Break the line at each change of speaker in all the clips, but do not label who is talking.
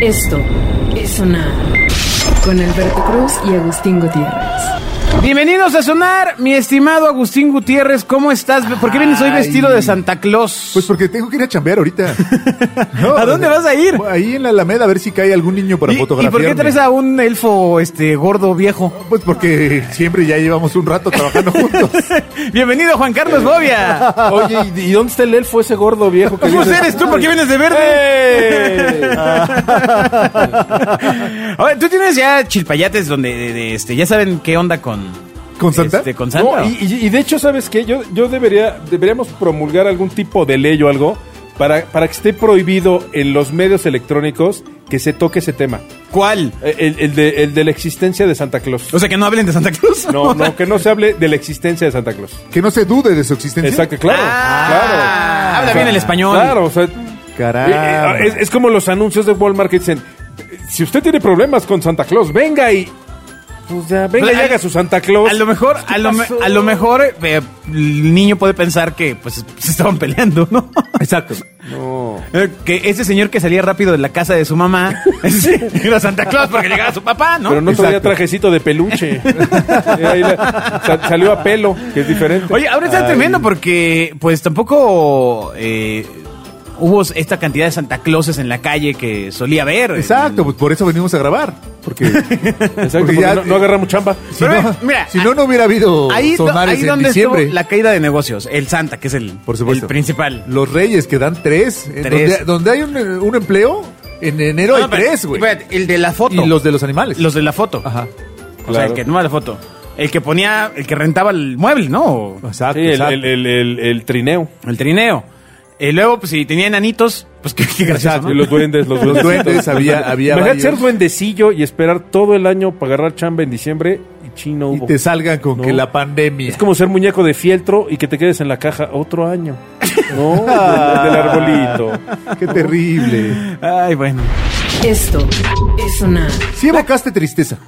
Esto es Sonar con Alberto Cruz y Agustín Gutiérrez.
Bienvenidos a Sonar, mi estimado Agustín Gutiérrez, ¿cómo estás? ¿Por qué vienes hoy
Ay.
vestido de Santa Claus?
Pues porque tengo que ir a chambear ahorita. No,
¿A dónde vas a ir?
Ahí en la Alameda a ver si cae algún niño para
¿Y, y
fotografiar.
por qué traes a un elfo este gordo viejo?
Pues porque siempre ya llevamos un rato trabajando juntos.
Bienvenido Juan Carlos Bobia.
Oye, ¿y, y dónde está el elfo ese gordo viejo? que
¿Cómo
dices?
eres tú? ¿Por qué vienes de verde? A ver, tú tienes ya chilpayates donde de- de, este, ya saben qué onda con
¿Con Santa?
este, con
No,
Santa.
y, y- y de hecho, ¿sabes qué? Yo, yo debería, deberíamos promulgar algún tipo de ley o algo para, para que esté prohibido en los medios electrónicos que se toque ese tema.
¿Cuál?
Eh, El, el de, el de la existencia de Santa Claus.
O sea, que no hablen de Santa Claus.
No, no, que no se hable de la existencia de Santa Claus.
Que no se dude de su existencia.
Exacto, claro.
Ah,
claro.
habla bien el español. Ah.
Claro, o sea,
Caramba.
eh, eh, es, es como los anuncios de Walmart que dicen, si usted tiene problemas con Santa Claus, venga y... Pues ya, venga y
Pero,
haga su Santa Claus.
A lo mejor, a lo, me-
pasó?
a lo mejor eh, el niño puede pensar que pues se estaban peleando, ¿no? Exacto. Eh, Que ese señor que salía rápido de la casa de su mamá ese era Santa Claus porque llegaba su papá, ¿no?
Pero no traía
Exacto.
trajecito de peluche. Eh, ahí la- sa- salió a pelo, que es diferente.
Oye, ahora está
Ay.
tremendo porque pues tampoco eh, hubo esta cantidad de Santa Clauses en la calle que solía haber.
Exacto, pues por eso venimos a grabar. Porque
Exacto,
porque
porque
ya-
no, no agarramos chamba.
si,
Pero,
no,
mira,
si no, no hubiera habido
Ahí, do-
sonares
ahí
en
donde estuvo
diciembre.
la caída de negocios, el Santa, que es el,
Por supuesto.
el principal.
Los Reyes que dan tres. en
Tres.
Donde, donde hay un, un empleo, en enero
No,
hay
pero-
tres, güey.
espérate, El de la foto.
Y los de los animales.
Los de la foto.
Ajá.
O sea, el
Claro.
que tomaba la foto. El que ponía, el que rentaba el mueble, ¿no?
Exacto.
Sí, el,
exacto.
el- el- el- el trineo.
El trineo. Y luego, pues si tenía enanitos, pues qué, qué gracioso,
Y
¿no?
los duendes, los
Los
duendes.
duendes había, había
Imagínate
varios.
ser duendecillo y esperar todo el año para agarrar chamba en diciembre y chino
Y
hubo.
te salgan con
No.
que la pandemia.
Es como ser muñeco de fieltro y que te quedes en la caja otro año. No, del arbolito.
Qué terrible.
Ay, bueno.
Esto es Sonar
Sí evocaste tristeza.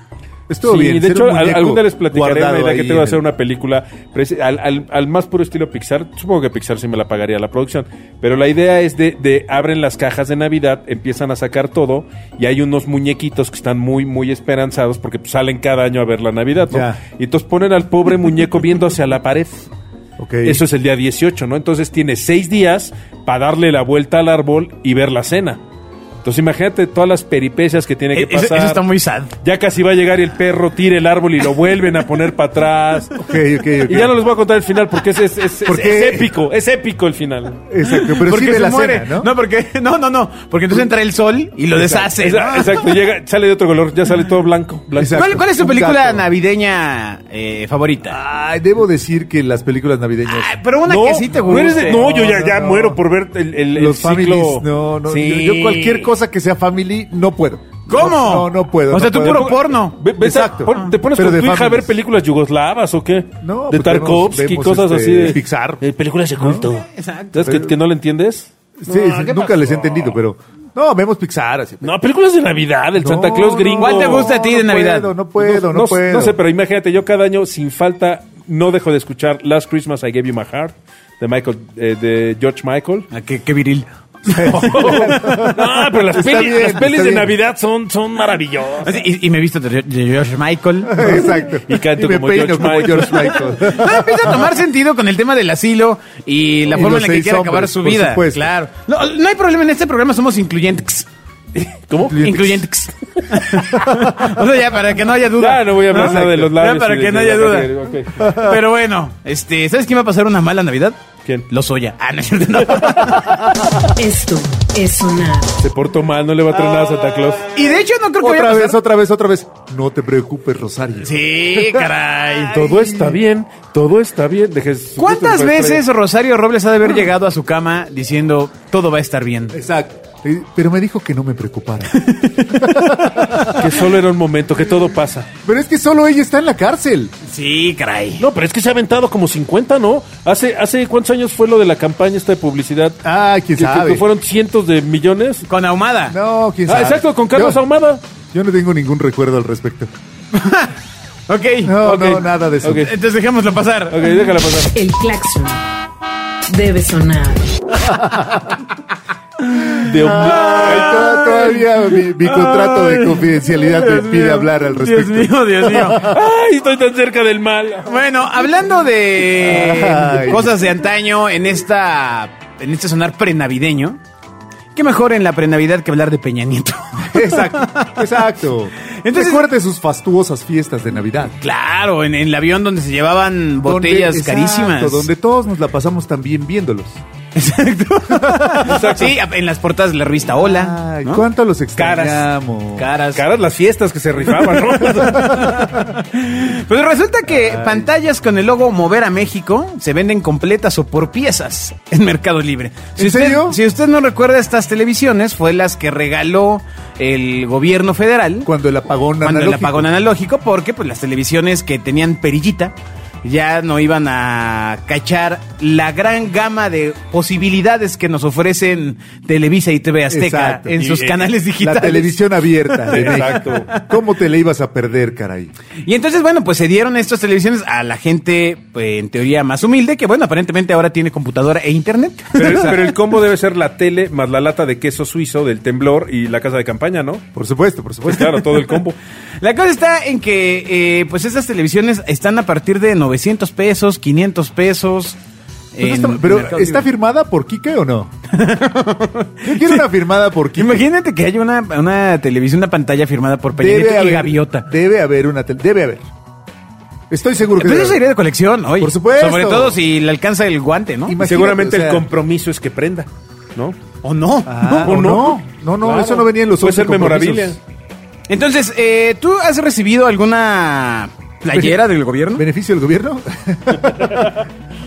Estuvo
Sí,
bien.
de
ser
hecho,
un
al-
muñeco
algún día les platicaré
guardado
la idea
ahí
que
en
tengo de hacer
el-
una película pero es- al, al- al más puro estilo Pixar. Supongo que Pixar sí me la pagaría la producción. Pero la idea es de, de abren las cajas de Navidad, empiezan a sacar todo y hay unos muñequitos que están muy, muy esperanzados porque pues, salen cada año a ver la Navidad. ¿no?
Ya.
Y entonces ponen al pobre muñeco viendo hacia la pared.
Ok.
Eso es el día 18, ¿no? Entonces tiene seis días para darle la vuelta al árbol y ver la cena. Entonces imagínate todas las peripecias que tiene que
E- Eso,
pasar.
eso está muy sad.
Ya casi va a llegar y el perro tira el árbol y lo vuelven a poner para atrás.
Ok, ok, ok.
Y ya no les voy a contar el final porque es, es- es-
¿Por
es-
qué?
es épico, es épico el final.
Exacto, pero sí
porque
de
se
la
muere.
cena, ¿no?
porque, no, no, no. Porque entonces entra el sol y lo deshace.
Esa-
Ah.
¿no?
Exacto, llega, sale de otro color, ya sale todo blanco. blanco.
Exacto.
¿Cuál, cuál es tu
Un
película
gato.
navideña eh, favorita?
Ay, debo decir que las películas navideñas.
Ah,
Ay, pero una
Pues, No,
que sí te
no,
guste.
eres de- no, yo ya,
No,
ya
no,
muero
no.
por ver el, el- el
los
ciclo.
families, no, no.
Sí.
Yo, yo cualquier cosa que sea family, no puedo.
¿Cómo?
No, no puedo.
O sea,
no
tú
puedo.
puro porno.
Ve- ves a-
Exacto.
pon- ¿Te pones
Pero
con
de
tu hija a ver
families.
películas yugoslavas o qué?
No, pues
de
vemos-
Tarkovsky,
vemos,
cosas
este,
así. De,
Pixar.
Eh,
de películas de culto.
Exacto.
¿Sabes que, que no lo entiendes?
Sí, sí, nunca les he entendido, pero. No, vemos Pixar. Así.
No, películas de Navidad, el Santa Claus
No,
gringo.
¿Cuál te gusta a ti
no
de Navidad?
puedo, no puedo, no,
no,
puedo.
no sé, pero imagínate, yo cada año sin falta no dejo de escuchar Last Christmas I Gave You My Heart de Michael eh, de George Michael.
Ah, qué, qué viril.
Ah, pero las
Está
pelis,
bien,
las pelis
está
de
bien. Ah,
Navidad son, son maravillosas.
Así, Y, y me he visto de de George Michael.
Exacto.
Y canto
me
como
peino
George
como
Michael.
George Michael.
No, Ah, empieza a tomar sentido con el tema del asilo y la
Y
forma en
los
la que
seis
quiere acabar
hombres,
su
por
vida.
supuesto.
Claro. No, no hay problema en este programa, somos incluyentes.
¿Cómo?
Incluyentes. o sea, ya para que no haya duda.
Ya no voy a hablar nada de los labios.
Ya para
y
que
de-
no
de
haya
la
duda.
piel, ok.
Pero bueno, este, ¿sabes quién va a pasar una mala Navidad?
¿Quién?
Los Oya. Ah, no, es cierto, no.
Esto es Sonar
Se portó mal, no le va a traer nada a
Ah.
Santa Claus.
Y de hecho no creo que vaya
Otra
a
vez,
pasar.
otra vez, otra vez. No te preocupes, Rosario.
Sí, caray.
Todo está bien, todo está bien. Dejes,
¿Cuántas veces Rosario Robles ha de
Ah.
haber llegado a su cama diciendo todo va a estar bien?
Exacto. Eh, Pero me dijo que no me preocupara.
Que solo era un momento, que todo pasa.
Pero es que solo ella está en la cárcel.
Sí, caray.
No, pero es que se ha aventado como 50, ¿no? Hace, hace cuántos años fue lo de la campaña esta de publicidad.
Ah, quién
que, que-
sabe.
que fueron cientos de millones.
Con ahumada.
No, quién
Ah,
sabe.
exacto, con Carlos
yo,
Ahumada.
Yo no tengo ningún recuerdo al respecto.
Ok.
No,
Ok.
no, nada de eso.
Ok.
Entonces dejémoslo pasar.
Ok, déjala pasar.
El claxon debe sonar
de un-
Ay, to- todavía mi, mi contrato de confidencialidad me
Dios
pide
mío.
hablar al
Dios
respecto.
mío, Dios mío.
¡Ay, estoy tan cerca del mal!
Bueno, hablando de
Ay.
cosas de antaño en esta en este sonar prenavideño, qué mejor en la prenavidad que hablar de Peña Nieto.
Exacto, exacto.
Entonces-
Recuerde sus fastuosas fiestas de Navidad.
Claro, en, en el avión donde se llevaban
Donde-
botellas
exacto,
carísimas.
Donde todos nos la pasamos también viéndolos.
Exacto. Sí, en las portadas de la revista Hola.
Ay,
¿no?
cuánto los
Caras.
extrañamos.
Caras.
Caras las fiestas que se rifaban, ¿no?
Pero Pues resulta que pantallas con el logo Mover a México se venden completas o por piezas en Mercado Libre. Si
¿En
usted,
serio?
Si usted no recuerda estas televisiones, fue las que regaló el gobierno federal
Cuando el apagón
cuando el
analógico.
apagón analógico, porque pues las televisiones que tenían perillita ya no iban a cachar la gran gama de posibilidades que nos ofrecen Televisa y TV Azteca
Exacto.
en
Y,
sus
eh,
canales digitales.
La televisión abierta. de México.
Exacto.
¿Cómo te le ibas a perder, caray?
Y entonces, bueno, pues se dieron estas televisiones a la gente, pues, en teoría, más humilde, que bueno, aparentemente ahora tiene computadora e internet.
Pero, pero el combo debe ser la tele más la lata de queso suizo del temblor y la casa de campaña, ¿no?
Por supuesto, por
Pues
supuesto.
claro, todo el combo.
La cosa está en que, eh, pues, estas televisiones están a partir de 900 pesos, 500 pesos.
Pues no
en
está- pero
Mercado
¿está
Libre.
firmada por Quique o no? Yo quiero una firmada por Quique.
Imagínate que hay una, una televisión, una pantalla firmada por Peña Nieto y Gaviota.
Debe haber una tele- Debe haber. Estoy seguro que
Pero eso
debe
sería de colección, oye.
Por supuesto.
Sobre todo si le alcanza el guante, ¿no?
Imagínate,
Seguramente
o sea-
el compromiso es que prenda, ¿no?
O no.
Ah,
¿o
¿o
no?
no? No, no,
Claro.
eso no venía en los
Puede ser
once compromisos.
memorabilia.
Entonces, eh, ¿tú has recibido alguna playera del gobierno?
¿Beneficio del gobierno?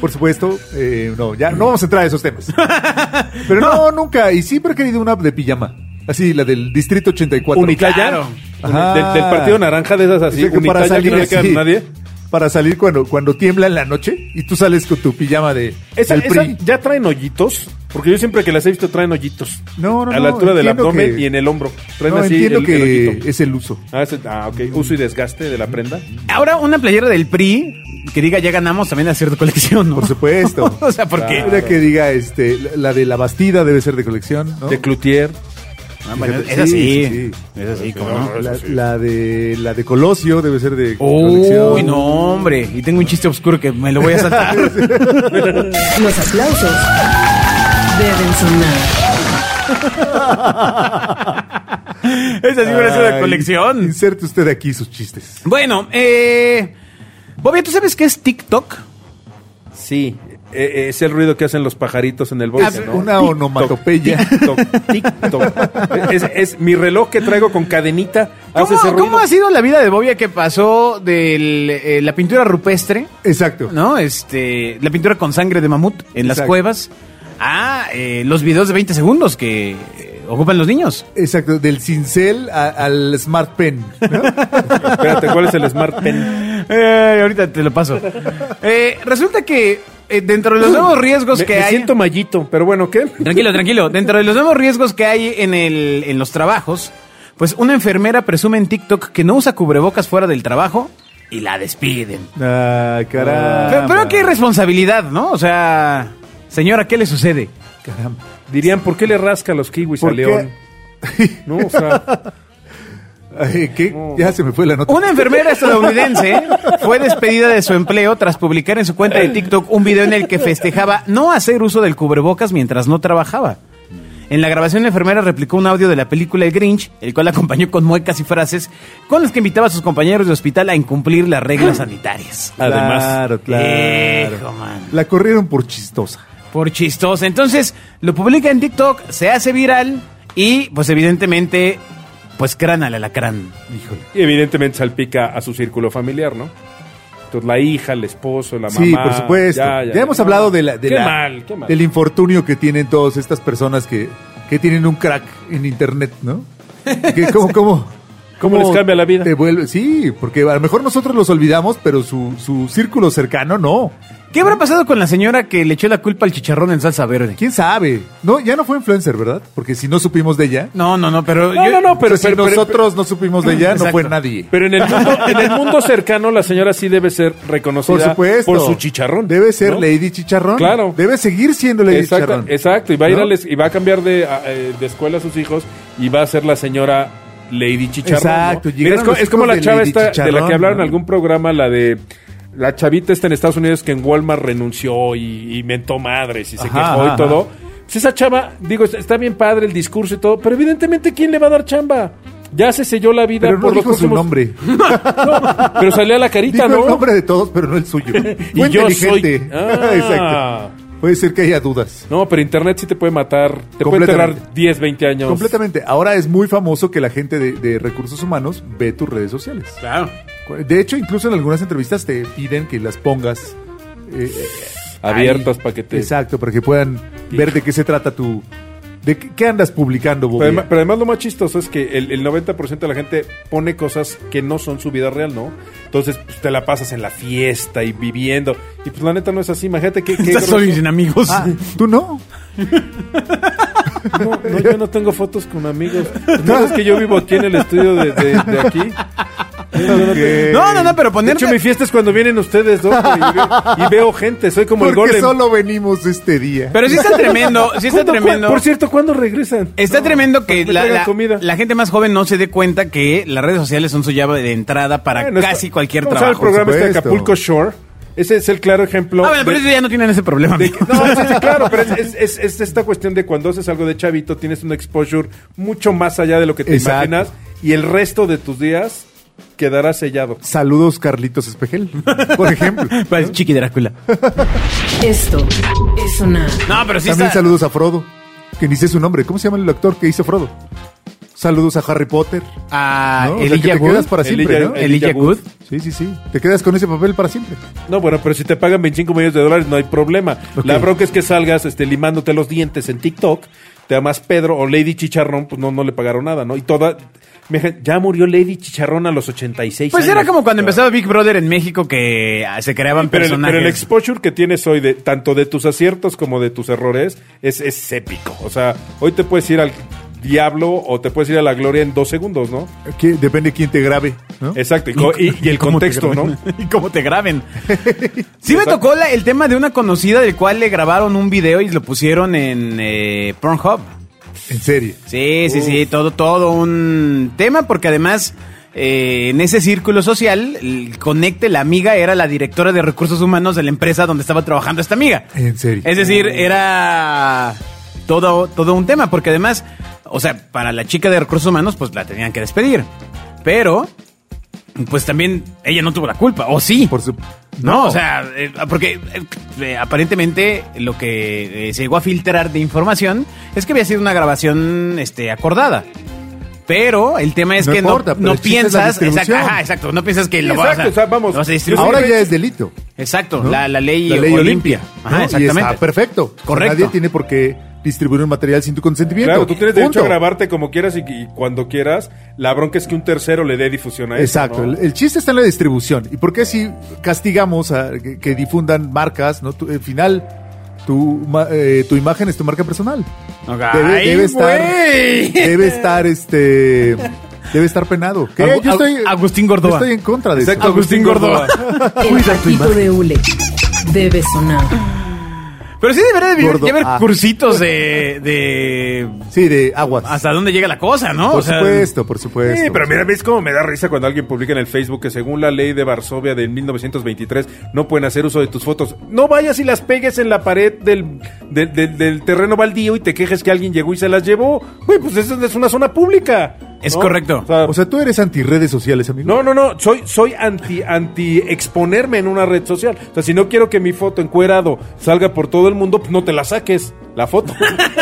Por supuesto, eh, no, ya no vamos a entrar a esos temas. Pero no, nunca. Y siempre he querido una de pijama. Así, la del Distrito 84.
Unitalla.
Claro.
Ajá.
Del, del partido naranja de esas
O
así,
sea, que para
Unitalla que
salir
no le queda a
así,
nadie.
Para salir cuando, cuando tiembla en la noche y tú sales con tu pijama de
Esa,
del
esa
PRI.
ya traen hoyitos, porque yo siempre que las he visto traen hoyitos.
No, no,
A la
no,
altura del
entiendo
abdomen
que-
y en el hombro. Traen
No,
así
entiendo
el- el
que
hoyito.
es el uso.
Ah, ese- ah, ok. Uso y desgaste de la prenda.
Ahora una playera del PRI que diga ya ganamos también a cierta colección, ¿no?
Por supuesto.
o sea, porque
Claro.
Una que diga, este, la- la de la bastida debe ser de colección, ¿no?
De Cloutier.
Ah, bueno,
Fíjate,
es así.
sí, sí,
Es así, ¿cómo no?
La, la de la de Colosio debe ser de
Uy, no, hombre. Y tengo un chiste oscuro que me lo voy a saltar.
Los aplausos deben sonar.
Esa sí hubiera sido de colección.
Inserte usted aquí sus chistes.
Bueno, eh. Bobia, ¿tú sabes qué es TikTok?
Sí. Eh, eh, es el ruido que hacen los pajaritos en el bosque,
Ah,
¿no?
Una
Tic-toc,
onomatopeya.
tic-toc, tic-toc. Es, es mi reloj que traigo con cadenita.
¿Cómo,
hace Ah, ese ruido.
cómo ha sido la vida de Bobia que pasó de la pintura rupestre,
Exacto.
¿no? Este, la pintura con sangre de mamut en las
Exacto.
cuevas, a eh, los videos de 20 segundos que eh, ocupan los niños.
Exacto, del cincel a- al smart pen. ¿no?
Espérate, ¿cuál es el Smart Pen?
Eh, ahorita te lo paso. Eh, resulta que eh, dentro de los nuevos riesgos
Me,
que
me
hay.
siento mallito, pero bueno, ¿qué?
Tranquilo, tranquilo. Dentro de los nuevos riesgos que hay en, el, en los trabajos, pues una enfermera presume en TikTok que no usa cubrebocas fuera del trabajo y la despiden.
Ah, caramba.
Pero, pero qué responsabilidad, ¿no? O sea, señora, ¿qué le sucede?
Caramba.
Dirían, ¿por qué le rasca los kiwis a
¿Por qué?
León? No, o sea,
Ay, ¿qué? Ya se me fue la nota.
Una enfermera estadounidense fue despedida de su empleo tras publicar en su cuenta de TikTok un video en el que festejaba no hacer uso del cubrebocas mientras no trabajaba. En la grabación la enfermera replicó un audio de la película El Grinch, el cual acompañó con muecas y frases con las que invitaba a sus compañeros de hospital a incumplir las reglas sanitarias.
Además.
Claro, claro.
Hijo, man.
La corrieron por chistosa.
Por chistosa. Entonces, lo publica en TikTok, se hace viral y, pues evidentemente, pues crean al alacrán.
Híjole.
y evidentemente salpica a su círculo familiar, ¿no? Entonces, la hija, el esposo, la mamá.
Sí, por supuesto. Ya, hemos hablado de la, de
Qué
la-
mal, qué mal.
del infortunio que tienen todas estas personas que, que tienen un crack en internet, ¿no? Que cómo, cómo,
¿Cómo les cambia la vida?
Te vuelve, sí, porque a lo mejor nosotros los olvidamos, pero su, su círculo cercano no.
¿Qué habrá pasado con la señora que le echó la culpa al chicharrón en salsa verde?
¿Quién sabe? No, ya no fue influencer, ¿verdad? Porque si no supimos de ella.
No, no, no, pero.
No,
yo-
no, no, pero,
o sea,
pero-
si
pero-
nosotros no supimos de ella, no
Exacto.
fue nadie.
pero en el mundo, en el mundo cercano la señora sí debe ser reconocida
Por supuesto.
por su chicharrón.
Debe ser
¿no?
Lady Chicharrón.
Claro.
Debe seguir siendo Lady
Exacto,
Chicharrón.
exacto, y va a ir
¿No?
a les- y va a cambiar de, a, eh, de escuela a sus hijos y va a ser la señora Lady Chicharrón.
Exacto,
¿no?
llegaron
Mira, es, co-
los
es como
hijos
la
de
chava
Lady
esta de la
Chicharrón,
que hablaron
¿no?
en algún programa, la de la chavita esta en Estados Unidos que en Walmart renunció y, y mentó madres y se
Ajá,
quejó
ajá,
y todo. Pues esa chava, digo, está, está bien padre el discurso y todo, pero evidentemente ¿quién le va a dar chamba? Ya se selló la vida
Pero no
por los
dijo su
próximos-
nombre.
No, pero salía la carita,
Dijo
¿no?
el nombre de todos, pero no el suyo.
Y
Fue
yo soy-
inteligente.
Ah.
Exacto. Puede ser que haya dudas.
No, pero internet sí te puede matar, te puede
Completamente.
enterrar 10, 20 años.
Completamente. Ahora es muy famoso que la gente de, de recursos humanos ve tus redes sociales.
Claro.
De hecho, incluso en algunas entrevistas te piden que las pongas eh,
abiertas para que te...
Exacto, para que puedan ver de qué se trata tu... ¿De qué, qué andas publicando,
Pero
Bobby?
además, pero además lo más chistoso es que el, el 90% de la gente pone cosas que no son su vida real, ¿no? Entonces pues, te la pasas en la fiesta y viviendo. Y pues la neta no es así. Imagínate que... que
Estás
grosso.
solo y sin amigos.
Ah, ¿Tú no?
no, no, yo no tengo fotos con amigos. No es que yo vivo aquí en el estudio de, de- de aquí.
Ok.
no, no, no, pero
De
ponerte.
hecho, mi fiesta es cuando vienen ustedes dos güey, y veo, y veo gente. Soy como el
Porque
golem.
solo venimos este día.
Pero sí está tremendo, sí está
¿Cuándo, cu-
tremendo.
Por cierto, ¿cuándo regresan?
Está tremendo que
me
la,
traigan
la-
comida.
la gente más joven no se dé cuenta que las redes sociales son su llave de entrada para
Bueno, es-
casi cualquier
¿cómo
trabajo.
sabe el programa este de
supuesto.
Acapulco Shore. Ese es el claro ejemplo.
Ah, bueno, pero
de-
ellos ya no tienen ese problema.
de
amigo.
que- no, sí, sí, claro, pero es, es- es- es esta cuestión de cuando haces algo de chavito, tienes un exposure mucho más allá de lo que te
Exacto.
imaginas y el resto de tus días quedará sellado.
Saludos, Carlitos Espejel, por ejemplo.
Parece Chiqui Drácula.
Esto es sonar.
No, pero sí
También
está.
saludos a Frodo, que ni sé su nombre. ¿Cómo se llama el actor que hizo Frodo? Saludos a Harry Potter.
A
¿no? O sea, que
Elijah
te
Wood.
quedas para siempre,
Elijah-
¿no?
el-
Elijah Wood.
Sí, sí, sí. Te quedas con ese papel para siempre.
No, bueno, pero si te pagan 25 millones de dólares no hay problema.
Ok.
La bronca es que salgas este, limándote los dientes en TikTok, te llamas Pedro o Lady Chicharrón, pues no, no le pagaron nada, ¿no? Y toda... Mira, Ya murió Lady Chicharrón a los 86
Pues
años.
era como cuando empezaba Big Brother en México que ah, se creaban
Pero el,
personajes.
pero el exposure que tienes hoy, de, tanto de tus aciertos como de tus errores, es, es épico. O sea, hoy te puedes ir al diablo o te puedes ir a la gloria en dos segundos, ¿no?
Que depende quién te grabe, ¿no?
Exacto. Y, co- y- y el
¿Cómo te
contexto,
graben?
¿no?
y cómo te graben. Sí me tocó la- el tema de una conocida del cual le grabaron un video y lo pusieron en eh, Pornhub.
En serie.
Sí, sí, sí, todo, todo un tema, porque además eh, en ese círculo social, el Conecte, la amiga, era la directora de recursos humanos de la empresa donde estaba trabajando esta amiga.
Eh,
En serio.
Es decir, era todo, todo un tema, porque además, o sea, para la chica de recursos humanos, pues la tenían que despedir. Pero, pues también ella no tuvo la culpa, o sí.
Por su...
No, o sea, eh, porque eh, eh, aparentemente lo que eh, se llegó a filtrar de información es que había sido una grabación este, acordada. Pero el tema es
No
que no-
importa,
no,
pero el chiste es la
piensas. Exacto,
distribución.
ajá, exacto, no piensas que
Sí,
lo vas a,
exacto, o sea, vamos,
lo vas a
yo
distribuir.
Ahora ya es delito.
Exacto,
¿no?
la, la ley,
Olimpia,
Olimpia.
¿no?
Ajá,
Y
exactamente.
está perfecto. O sea,
Correcto.
Nadie tiene por qué distribuir un material sin tu consentimiento.
Claro, tú tienes derecho a
Punto.
grabarte como quieras y, y cuando quieras. La bronca es que un tercero le dé difusión a eso.
Exacto,
¿no?
el, el chiste está en la distribución. ¿Y por qué si castigamos a que, que difundan marcas? ¿no? Tú- al final, tu, ma- eh, tu imagen es tu marca personal. Debe,
Ay,
debe estar,
güey.
debe estar, este, debe estar penado. ¿Qué?
Agu- Agu- Agustín Gordoa.
yo estoy en contra de
Exacto,
eso.
Agustín Gordoa.
El patito de hule debe sonar.
Pero sí debería de haber-
Gordo,
de haber
ah.
cursitos de, de
Sí, de aguas.
hasta dónde llega la cosa, ¿no?
por
Ah, O sea,
supuesto, por supuesto.
Sí, pero mira, ¿ves cómo me da risa cuando alguien publica en el Facebook que según la ley de Varsovia de 1923 no pueden hacer uso de tus fotos? No vayas y las pegues en la pared del, del, del- del terreno baldío y te quejes que alguien llegó y se las llevó. Güey, pues eso es una zona pública.
Es
¿no?
correcto.
O sea,
O sea, tú eres anti redes sociales, amigo.
no, no, no, soy, soy anti, anti exponerme en una red social. O sea, si no quiero que mi foto encuerado salga por todo el mundo, pues no te la saques. La foto.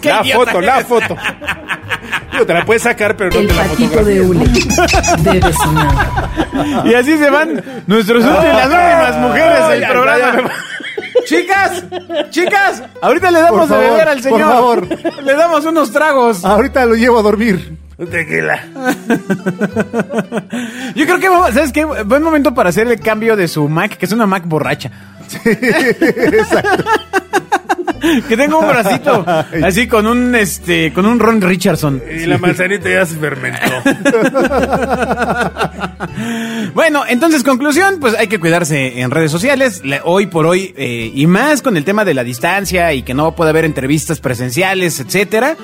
Qué
la
idiota
foto, la
eres.
foto. Digo, te la puedes sacar, pero no
El
te la
patito de
fotografías.
hule debe sonar.
Y así se van nuestros últimos, pues, las últimas mujeres del programa. Chicas, chicas, ahorita le damos
Por
a beber
favor,
al señor.
por favor.
Le damos unos tragos.
Ahorita lo llevo a dormir.
Yo creo que, vamos- ¿sabes qué? Buen momento para hacer el cambio de su Mac, que es una Mac borracha. Que tengo un bracito así con un este con un Ron Richardson.
Y la manzanita ya se fermentó.
Bueno, entonces conclusión, pues hay que cuidarse en redes sociales. La- hoy por hoy eh, y más con el tema de la distancia y que no puede haber entrevistas presenciales, etcétera.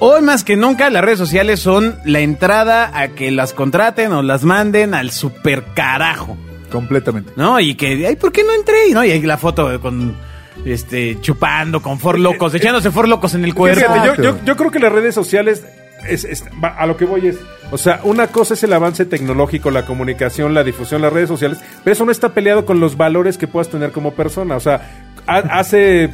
Hoy más que nunca las redes sociales son la entrada a que las contraten o las manden al super carajo.
Completamente.
¿no? Y que, ay, ¿por qué no entré? Y, ¿no? y ahí la foto con, este, chupando con For Locos, echándose For Locos en el cuerpo.
Fíjate, yo,
Exacto.
yo- yo creo que las redes sociales, es- es- va- a lo que voy es, o sea, una cosa es el avance tecnológico, la comunicación, la difusión, las redes sociales, pero eso no está peleado con los valores que puedas tener como persona. O sea, ha- hace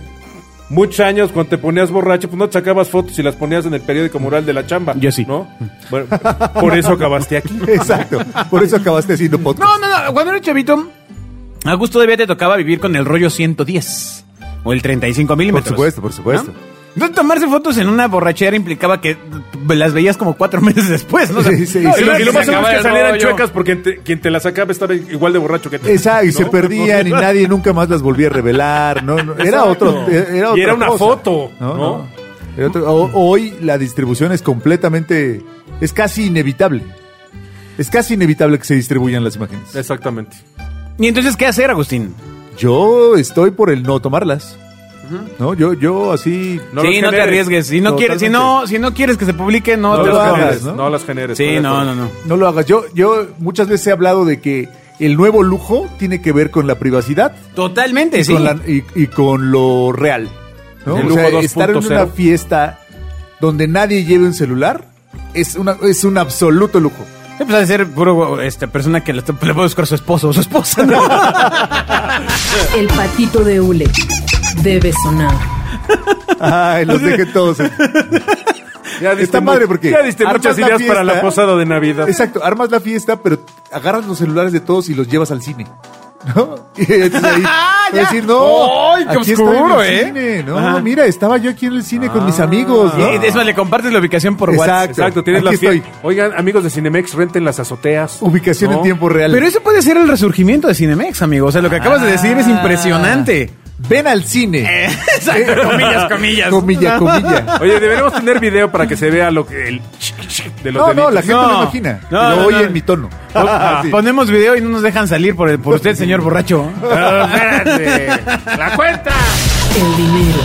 muchos años cuando te ponías borracho, pues no te sacabas fotos y las ponías en el periódico mural de la chamba.
Yo sí.
¿No? Bueno, por eso acabaste aquí.
Exacto. Por eso acabaste haciendo podcast.
No, no, no, cuando era chavito, a gusto todavía te tocaba vivir con el rollo 110 o el 35 milímetros.
supuesto, por supuesto.
¿no? Entonces, tomarse fotos en una borrachera implicaba que las veías como cuatro meses después, ¿no? O sea,
Sí, sí,
no,
sí.
y lo,
que
y lo
se
más seguro
acaba
es que
el
salieran
rollo.
chuecas porque te- quien te las sacaba estaba igual de borracho que tú.
Exacto, y se
¿No?
perdían y nadie nunca más las volvía a revelar. No, no, era
Exacto.
otro. eh, Era
Y
otra
era una
cosa.
foto, ¿no?
Era otro- ho- hoy la distribución es completamente. Es casi inevitable. Es casi inevitable que se distribuyan las imágenes.
Exactamente.
Y entonces, ¿qué hacer, Agustín?
Yo estoy por el no tomarlas. No, yo, yo así.
No
sí, no
los
te
generes.
arriesgues. Si no, quieres, si no, si no quieres que se publique, no,
No,
te
lo
lo
las
hagas,
generes,
¿no?
¿no? las generes.
Sí,
estoy de
no,
acuerdo.
no, no.
No lo hagas. Yo, yo muchas veces he hablado de que el nuevo lujo tiene que ver con la privacidad
Totalmente,
y,
sí. Eh,
con, la- y- y con lo real. ¿no?
El
O sea,
lujo
estar en
2.0.
una fiesta donde nadie lleve un celular es, una, es un absoluto lujo.
Sí, pues ha de ser puro esta persona que le, está- le puede buscar su esposo o su esposa, ¿no?
El patito de hule debe sonar.
Ay, los dejé todos.
Ya diste
Está
mu-
padre porque
Ya diste
armas
muchas
la
ideas para
fiesta.
la posada de Navidad.
Exacto, armas la fiesta, pero agarras los celulares de todos y los llevas al cine. ¿No? Y entonces ahí
Ah,
voy a
ya.
decir, no,
¡Ay, qué
aquí estoy en
oscuro,
el
eh!
cine, No,
Ajá.
mira, estaba yo aquí en el cine con
Ah.
mis amigos, ¿no?
Y Es más, le compartes la ubicación por
Exacto.
WhatsApp.
Exacto, tienes
Aquí
las fie-
estoy.
Oigan, amigos de Cinemex, renten las azoteas.
Ubicación
¿No?
en tiempo real.
Pero eso puede ser el resurgimiento de Cinemex, amigo. O sea, lo que acabas de decir es
Ah.
impresionante.
Ven al cine.
Exacto, comillas, comillas. Ah.
Comilla, comilla.
Oye, deberíamos tener video para que se vea lo que el de los
No, no,
deditos.
la gente no,
No.
imagina.
No,
lo
no,
oye
no.
en mi tono.
Ah,
Sí.
Ponemos video y no nos dejan salir por, el- por usted, señor borracho.
¡La cuenta!
El dinero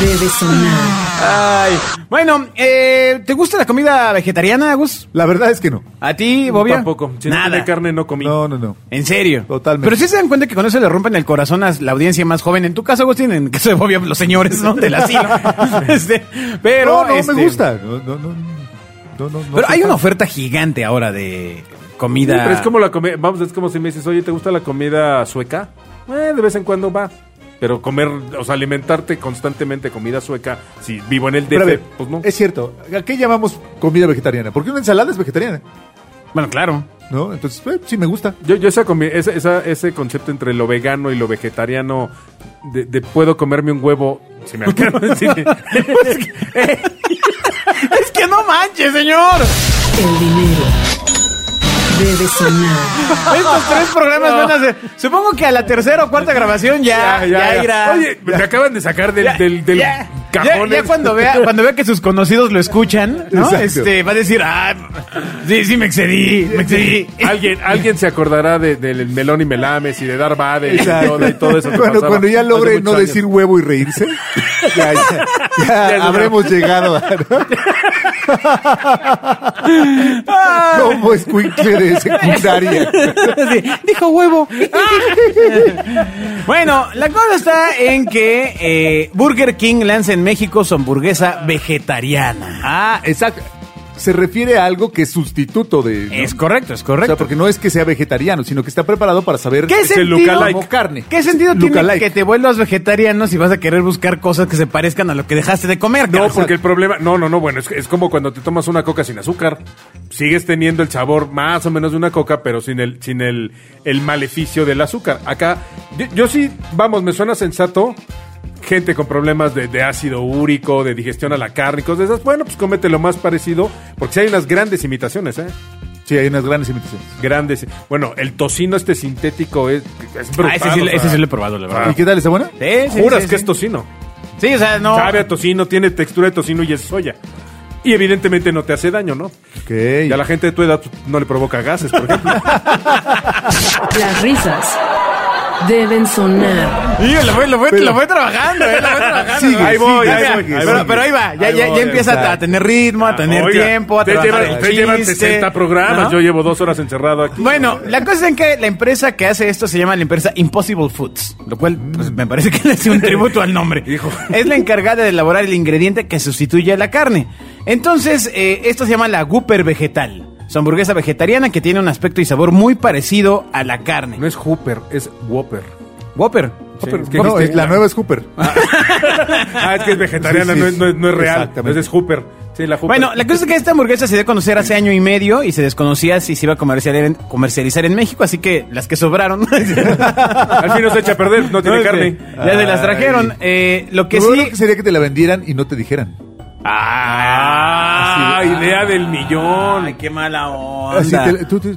debe sonar.
Ay. Bueno, eh, ¿te gusta la comida vegetariana, Agus?
La verdad es que no.
¿A ti, Bobia?
Tampoco. Si no
Nada.
tiene carne, no comí.
No, no, no.
En serio.
Totalmente.
Pero si se dan cuenta que con eso le rompen el corazón a la audiencia más joven. En tu caso, Agustín, en el caso de Bobia, los señores, ¿no? Del asilo. Este, pero.
no, no
este,
me gusta. No, no, no. no, no, no
Pero
soy
hay una
fan.
oferta gigante ahora de comida.
Sí, pero es como la comida. Vamos, es como si me dices, oye, ¿te gusta la comida sueca? Eh, de vez en cuando va. Pero comer, o sea, alimentarte constantemente comida sueca, si vivo en el DF,
Pero a ver,
pues no.
Es cierto. ¿A qué llamamos comida vegetariana? Porque una ensalada es vegetariana,
Bueno, claro.
¿no? Entonces, eh, sí me gusta.
Yo, yo esa comi- esa- esa- ese concepto entre lo vegano y lo vegetariano de, de puedo comerme un huevo si me alcanza. si me-
Pues eh, Es que no manches, señor.
El dinero debe sonar.
Estos tres programas van a ser. Supongo que a la tercera o cuarta grabación ya, ya, irá.
Oye, me acaban de sacar del,
Ya,
del, del
ya,
cajón.
ya- ya
ese.
cuando vea, cuando vea que sus conocidos lo escuchan, ¿no?
Exacto.
Este, va a decir, ah, sí, sí, me excedí, me excedí.
Alguien, alguien se acordará de- del melón y melames y de dar bade y
Exacto.
todo, y todo eso. que
Cuando,
pasaba
cuando ya
hace
logre
muchos
no
años.
decir huevo y reírse, ya, ya- ya
es una-
habremos llegado a... Como escuincle de secundaria.
Sí, dijo huevo. bueno, la cosa está en que eh, Burger King lanza en México su hamburguesa vegetariana.
Ah, exacto. Se refiere a algo que es sustituto de... ¿no?
Es correcto, es
O sea,
correcto.
porque no es que sea vegetariano, sino que está preparado para saber
¿Qué
es el
sentido,
lookalike. carne.
¿Qué sentido tiene
Lookalike.
que te vuelvas vegetariano si vas a querer buscar cosas que se parezcan a lo que dejaste de comer?
No,
carajo?
porque el problema. No, no, no. Bueno, es, es como cuando te tomas una coca sin azúcar. Sigues teniendo el sabor más o menos de una coca, pero sin el, sin el, el maleficio del azúcar. Acá, yo, yo sí, vamos, me suena sensato. Gente con problemas de, de ácido úrico, de digestión a la carne y cosas de esas. Bueno, pues cómete lo más parecido, porque sí hay unas grandes imitaciones, ¿eh?
Sí, hay unas grandes imitaciones.
Grandes. Bueno, el tocino este sintético es, es brutal,
Ah, ese sí,
o sea,
ese sí lo he probado, la verdad.
¿Y qué tal? ¿Está buena?
Ah. Sí, sí,
Juras
sí,
que
sí.
es tocino.
Sí, o sea, no.
Sabe a tocino, tiene textura de tocino y es soya. Y evidentemente no te hace daño, ¿no?
Ok.
Y a la gente de tu edad pues, no le provoca gases, por ejemplo.
Las risas deben sonar.
Sí, lo voy, lo voy- lo voy trabajando, eh, lo voy trabajando.
Sigue,
ahí voy,
sigue,
ahí
sigue,
voy.
sigue,
Pero,
sigue.
pero ahí va, ya,
Ahí
ya,
voy,
ya empieza a-
exacto.
a tener ritmo, a tener
Oiga,
tiempo, a
ustedes
trabajar
llevan-
el
ustedes llevan
chiste,
60 programas,
¿no?
yo llevo dos horas encerrado aquí.
Bueno, la cosa es que la empresa que hace esto se llama la empresa Impossible Foods, lo cual pues, me parece que le hace un tributo al nombre. Es la encargada de elaborar el ingrediente que sustituye a la carne. Entonces, eh, esto se llama la Gooper Vegetal. Su hamburguesa vegetariana que tiene un aspecto y sabor muy parecido a la carne.
No es Hooper, es Whopper.
Whopper.
Whopper,
Sí.
¿qué
No,
dijiste?
es- la nueva es Cooper.
Ah, es que es vegetariana,
Sí, sí,
no, es, no es- no es real.
exactamente.
Es Hooper. Sí, la Hooper.
Bueno, la cosa es que esta hamburguesa se dio a conocer hace año y medio y se desconocía si se iba a comercializar en, comercializar en México, así que las que sobraron.
Al fin no se echa a perder, no tiene carne.
Ya se las trajeron.
Ay.
Eh, lo que
Lo bueno
sí.
que sería que te la vendieran y no te dijeran.
Ah, idea del millón.
Ay, qué mala
Así
onda.
te, tú, tú-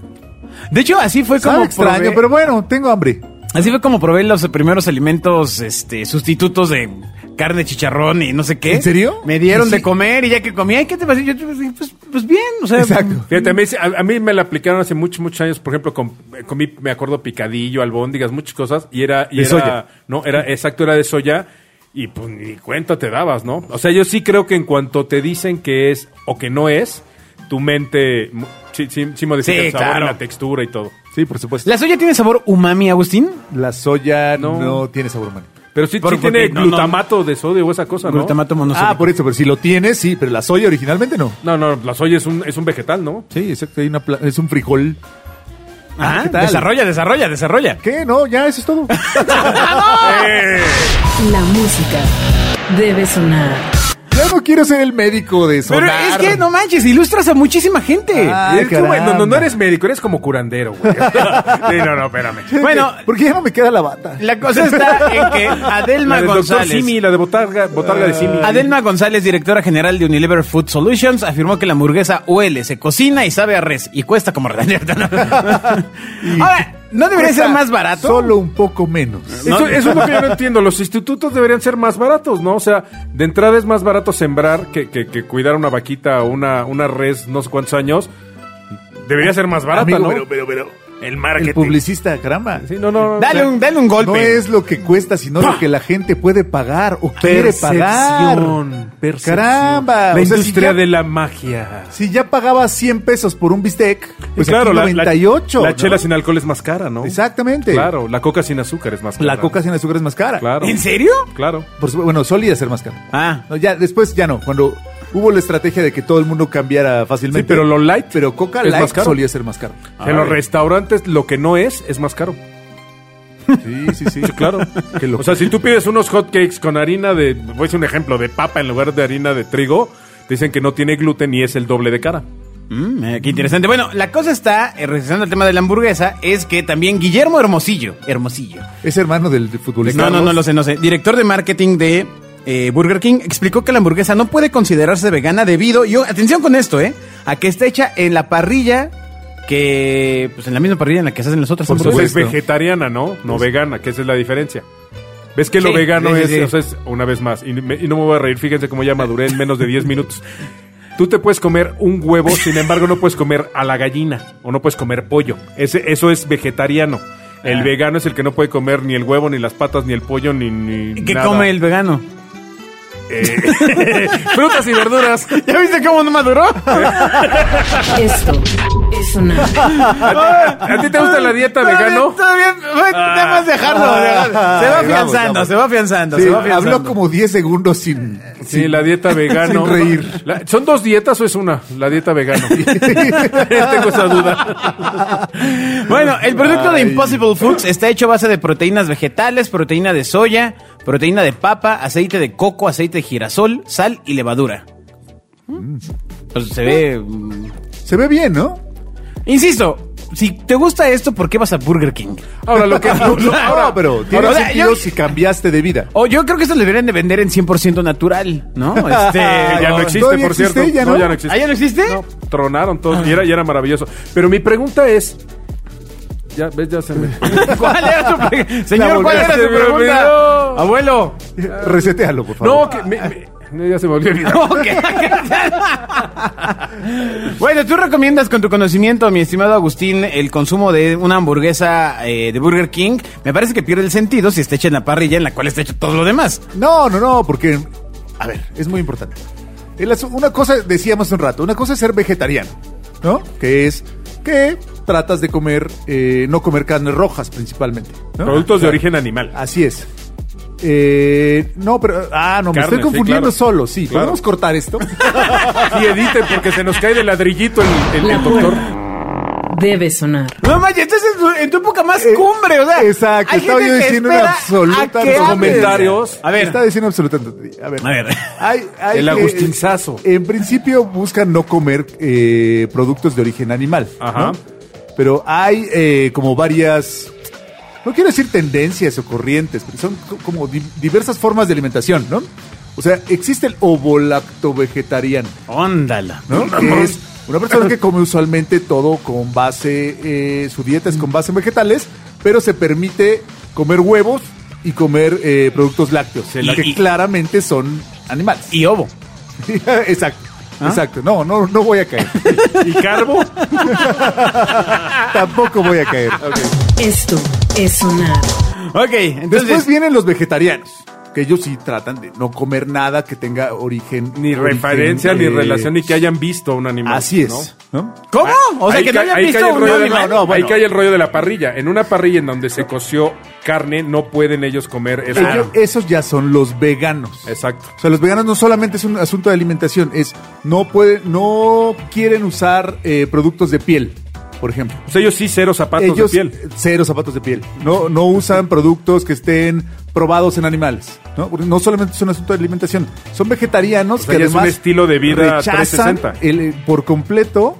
De hecho, así fue
sabe
como
extraño,
probé,
pero bueno, tengo hambre.
así fue como probé los primeros alimentos, este, sustitutos de carne, chicharrón y no sé qué.
¿En serio?
Me dieron
Sí.
de comer y ya que comí, ay, ¿qué te pasa? Yo pues, pues, pues bien, o sea,
Exacto.
Fíjate, a mí, a- a mí me la aplicaron hace muchos, muchos años, por ejemplo, con, eh, comí, me acuerdo, picadillo, albóndigas, muchas cosas, y era... Y
De
era-
soya.
No, era, exacto, era de soya, y pues ni cuenta te dabas, ¿no? O sea, yo sí creo que en cuanto te dicen que es o que no es, tu mente mu- sí, sí, sí modifica
Sí,
el sabor,
claro.
la textura y todo.
Sí, por supuesto. La,
¿La soya tiene sabor umami, Agustín?
soya no,
No.
tiene sabor humano.
Pero sí,
Por-
sí tiene
porque no, no.
glutamato de sodio o esa cosa, ¿no?
Glutamato
Ah,
monosódico.
por eso, pero si lo tiene, sí, pero la soya originalmente no.
No, no, la soya es un, es un vegetal, ¿no?
Sí, exacto, hay una pla- es un frijol.
Ah,
¿qué tal?
desarrolla, desarrolla, desarrolla.
¿Qué? No, ya, eso es todo.
Ah,
Eh,
La música debe sonar.
ya no quiero ser el médico de sonar. Ah.
Pero es que no manches, ilustras a muchísima gente.
Ay,
Es que, güey, no, no, no
caramba.
eres médico, eres como curandero, güey. sí, no, no, espérame.
Bueno,
¿Por qué ya no me queda la bata?
la cosa está en que Adelma
La del doctor
González.
Simi, la de botarga, botarga Ah, de Simi.
Adelma González, directora general de Unilever Food Solutions, afirmó que la hamburguesa huele, se cocina y sabe a res y cuesta como redonda. Ahora, ¿no debería ser
Cuesta
más barato?
Solo un poco menos.
Eso, eso es lo que yo no entiendo. Los institutos deberían ser más baratos, ¿no? O sea, de entrada es más barato sembrar que, que, que cuidar una vaquita o una, una res no sé cuántos años. Debería ser más barata,
Amigo,
¿no?
pero, pero, pero.
el
El publicista, caramba.
Sí, no, no. no,
Dale
o sea,
un, dale un golpe.
No es lo que cuesta, sino lo que la gente puede pagar o quiere pagar.
Percepción, percepción.
Caramba.
La
o sea, si
industria
ya-
de la magia.
Si ya pagaba 100 pesos por un bistec, pues
Pues claro,
aquí
la,
98.
la, la
¿no?
chela sin alcohol es más cara, ¿no?
Exactamente.
Claro, la coca sin azúcar es más cara.
La coca sin azúcar es más cara.
Claro.
¿En serio?
Claro.
Por supuesto, bueno, solía ser más cara.
Ah.
No, ya, después ya no. Cuando hubo la estrategia de que todo el mundo cambiara fácilmente.
Sí, pero lo light
Pero coca
es
light
más caro.
solía ser más caro.
En los restaurantes lo que no es es más caro.
Sí, sí, sí.
Claro. o sea, si tú pides unos hotcakes con harina de, voy a decir un ejemplo, de papa en lugar de harina de trigo, te dicen que no tiene gluten y es el doble de cara.
Mm, eh, qué interesante. Bueno, la cosa está, eh, regresando al tema de la hamburguesa, es que también Guillermo Hermosillo, Hermosillo,
Es hermano del del
No,
futbolista.
no, no lo sé, no sé. Director de marketing de eh, Burger King explicó que la hamburguesa no puede considerarse vegana debido, y oh, atención con esto, ¿eh? A que está hecha en la parrilla que, pues en la misma parrilla en la que se hacen las otras
Por
Entonces pues, es
hamburguesas.
supuesto.
vegetariana, ¿no? No vegana, que esa es la diferencia. ¿Ves que lo
Sí,
vegano
Pues- sí, sí,
es,
sí.
o sea, es una vez más, y, me- y no me voy a reír, fíjense cómo ya maduré en menos de 10 minutos. Tú te puedes comer un huevo, sin embargo no puedes comer a la gallina o no puedes comer pollo. Ese, eso es vegetariano. El
Ah.
vegano es el que no puede comer ni el huevo, ni las patas, ni el pollo, ni, ni
¿Qué
nada.
come el vegano?
Frutas y verduras.
¿Ya viste cómo no maduró?
Esto es sonar.
¿A ti te gusta la dieta
Todavía-
vegano?
Todavía,
Ah.
debemos dejarlo.
Ah.
se va
Ay, vamos,
afianzando,
vamos.
se va afianzando,
Sí,
se va afianzando.
habló como 10 segundos sin.
Sí, la dieta vegano.
Sin reír.
La- ¿Son dos dietas o es una? La dieta vegano. Tengo esa duda.
Bueno, el producto de
Ay.
Impossible Foods está hecho a base de proteínas vegetales, proteína de soya, proteína de papa, aceite de coco, aceite de girasol, sal y levadura. Pues se ve... mm.
Se ve bien, ¿no?
Insisto, si te gusta esto, ¿por qué vas a Burger King?
Ahora lo que. no, no, ahora, pero tiene
Ahora,
sentido
yo-
si cambiaste de vida.
O yo creo que esto lo deberían de vender en 100% natural, ¿no? Este,
ya no
no-
existe,
¿todavía
por
existe?
cierto.
¿Ya no?
ya no existe.
¿Ah, ya no existe?
Ah, No, tronaron todos y era, y era maravilloso. Pero mi pregunta es. Ya, ves, ya se me.
¿Cuál era su pregunta? Señor, ¿cuál era
volteaste,
su
me
pregunta?
olvidó.
Abuelo.
Resetealo, por favor.
No, que. me- me- no, ya se me olvidó olvidar.
Ok. bueno, ¿tú recomiendas con tu conocimiento, mi estimado Agustín, el consumo de una hamburguesa eh, de Burger King? Me parece que pierde el sentido si está hecha en la parrilla en la cual está hecho todo lo demás.
No, no, no, porque. A ver, es muy importante. El asu- una cosa, decíamos hace un rato, una cosa es ser vegetariano, ¿no? Que es que tratas de comer, eh, no comer carnes rojas principalmente. ¿no? Ah,
Productos de origen animal.
Así es. Eh, no, pero. Ah, no, me
Carne,
estoy
sí,
confundiendo
claro.
solo, sí.
Claro.
¿Podemos cortar esto?
Sí, editen, porque se nos cae de ladrillito el, el-
La
el doctor.
puerta debe sonar.
No manches, estás en tu, en tu época más
Eh,
cumbre, o sea.
exacto,
hay
estaba
gente
yo
que
diciendo
espera
una absoluta
a que hables.
comentarios.
A ver.
Está diciendo absolutamente. A ver.
A ver.
Hay- hay
El
que- eh,
agustinzazo.
En principio buscan no comer eh, productos de origen animal.
Ajá.
¿no? Pero hay eh, como varias. No quiero decir tendencias o corrientes, pero son co- como di- diversas formas de alimentación, ¿no? O sea, existe el ovolacto vegetariano,
Óndala.
¿no? Que es una persona que come usualmente todo con base. eh, su dieta es con base en vegetales, pero se permite comer huevos y comer eh, productos lácteos,
la-
que
y-
claramente son animales.
Y ovo.
exacto.
¿Ah?
Exacto, no, no, no voy a caer.
¿Y carbo?
Tampoco voy a caer.
Esto es sonar.
Ok, entonces.
Después vienen los vegetarianos, que ellos sí tratan de no comer nada que tenga origen.
Ni
origen,
referencia, ni
eh,
relación, ni que hayan visto a un animal.
Así
¿no?
es. ¿no?
¿Cómo? O sea,
Ahí
que no
ca-
hayan
ahí
visto
cae el
un
rollo de-
animal.
no, no, bueno.
Ahí cae el rollo de la parrilla. En una parrilla en donde se coció carne, no pueden ellos comer eso.
Ellos- esos ya son los veganos.
Exacto.
O sea, los veganos no solamente es un asunto de alimentación, es no pueden, no quieren usar eh, productos de piel, por ejemplo.
Pues ellos sí, cero zapatos
ellos eh,
de piel.
cero zapatos de piel. No, no usan productos que estén probados en animales. No, Porque no solamente es un asunto de alimentación. Son vegetarianos
O sea,
que
ya es un
además
estilo de vida
rechazan
360.
el- eh, por completo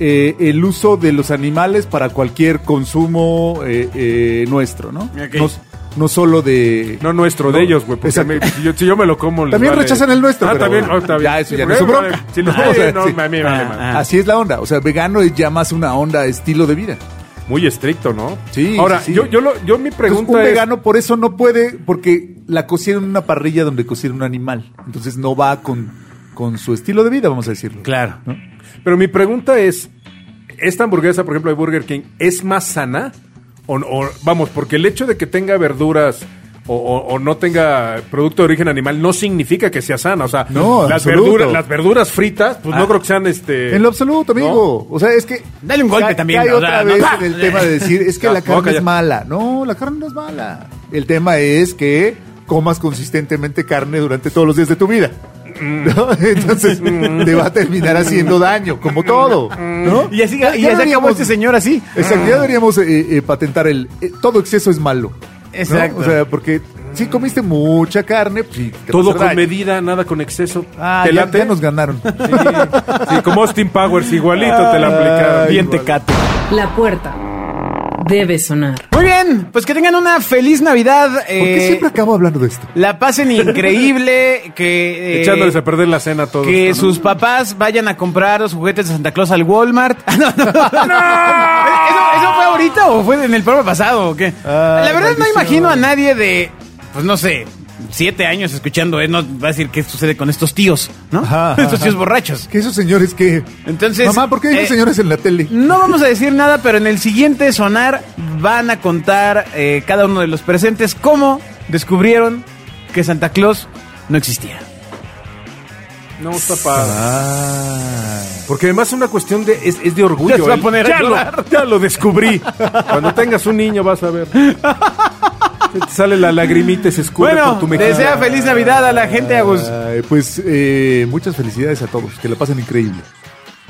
eh, el uso de los animales para cualquier consumo eh, eh, nuestro, ¿no?
Ok.
No, no solo de
No nuestro, de
No,
ellos, güey. porque
exacto.
me- Si, yo, si yo me lo como... les
También
vale.
rechazan el nuestro,
Ah,
pero-
también. oh, está bien.
Ya, eso
Sí,
ya no
porque
es su
me
bronca.
vale. Sí, no,
Ah,
o sea,
no,
sí.
a
vale madre.
Ah, ah.
Así es la onda, o sea, vegano es ya más una onda estilo de vida.
Muy estricto, ¿no?
Sí,
Ahora,
sí, sí.
Yo, yo, lo- yo mi
Entonces,
pregunta
un
es...
vegano por eso no puede, porque la cocieron en una parrilla donde cocieron un animal. Entonces no va con, con su estilo de vida, vamos a decirlo.
Claro.
¿No?
Pero mi pregunta es, ¿esta hamburguesa, por ejemplo, de Burger King, es más sana? O, o- vamos, porque el hecho de que tenga verduras o, o- o no tenga producto de origen animal no significa que sea sana. O sea,
No,
las,
absoluto.
verduras, las verduras fritas, pues
Ah.
no creo que sean este...
En lo absoluto, amigo. O sea, es que.
Dale un golpe
ca-
también,
cae
o
otra
sea, no-
vez
¡Ah!
en el tema de decir, es que
Ya,
la
no,
carne
calla.
es mala. No, la carne no es mala. El tema es que comas consistentemente carne durante todos los días de tu vida.
Mm.
¿No? Entonces te va a terminar haciendo daño, como todo. ¿no?
Y así, y
Ya
así acabó
deberíamos-
este señor así.
Exacto, ya deberíamos eh, eh, patentar el eh, todo exceso es malo. ¿no?
Exacto.
O sea, porque si comiste mucha carne, pues, sí, te
Todo
vas a
con
dañar.
medida, nada con exceso.
Ah,
¿Te
ya,
late?
ya nos ganaron.
Sí, sí, como Austin Powers, igualito te la aplicaron.
Ah,
Ay,
Bien
igual.
tecato.
La puerta debe sonar.
Muy bien, pues que tengan una feliz Navidad.
¿Por qué
eh,
siempre acabo hablando de esto?
La pasen increíble, que... eh,
Echándoles a perder la cena a todos.
Que
¿no?
sus papás vayan a comprar los juguetes de Santa Claus al Walmart. Ah, no, no. ¿Eso, eso fue ahorita o fue en el programa pasado o qué?
Ay,
La verdad no
Ah, maldición.
imagino a nadie de, pues no sé, siete años escuchando, eh, no va a decir qué sucede con estos tíos, ¿no?
Ajá, ajá,
estos tíos
ajá.
borrachos.
Que esos señores que.
Entonces,
Mamá, ¿por qué hay
eh,
esos señores en la tele?
No vamos a decir nada, pero en el siguiente sonar van a contar eh, cada uno de los presentes cómo descubrieron que Santa Claus no existía.
No, está padre.
Ah.
Porque además es una cuestión de es, es de orgullo.
Ya se va a
¿eh?
poner a
ya,
llorar.
lo, ya lo descubrí. Cuando tengas un niño vas a ver. Se te sale la lagrimita y se escurre
Bueno,
por tu mejilla.
desea feliz Navidad a la gente, Agus.
Ay, pues eh, muchas felicidades a todos, que la pasen increíble.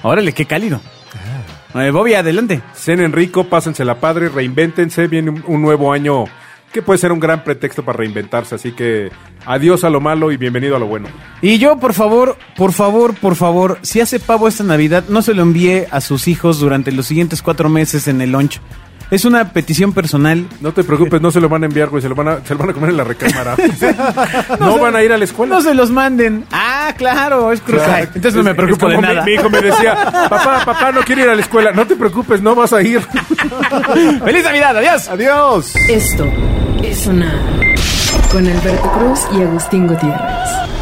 Órale, qué cálido.
Ah.
Eh, Bobby, adelante.
Cenen rico, pásensela padre, reinvéntense. Viene un, un nuevo año que puede ser un gran pretexto para reinventarse. Así que Adiós a lo malo y bienvenido a lo bueno.
Y yo, por favor, por favor, por favor, si hace pavo esta Navidad, no se lo envíe a sus hijos durante los siguientes cuatro meses en el lunch. Es una petición personal.
No te preocupes, no se lo van a enviar, güey. Se lo van a, se lo van a comer en la recámara. no van a ir a la escuela.
No se los manden. Ah, claro, es crucial.
Claro.
Entonces no
Es-
me
es
preocupo
como
de
mi-
nada.
Mi, hijo me decía, papá, papá, no quiero ir a la escuela. No te preocupes, no vas a ir.
¡Feliz Navidad! ¡Adiós!
Adiós.
Esto es sonar con Alberto Cruz y Agustín Gutiérrez.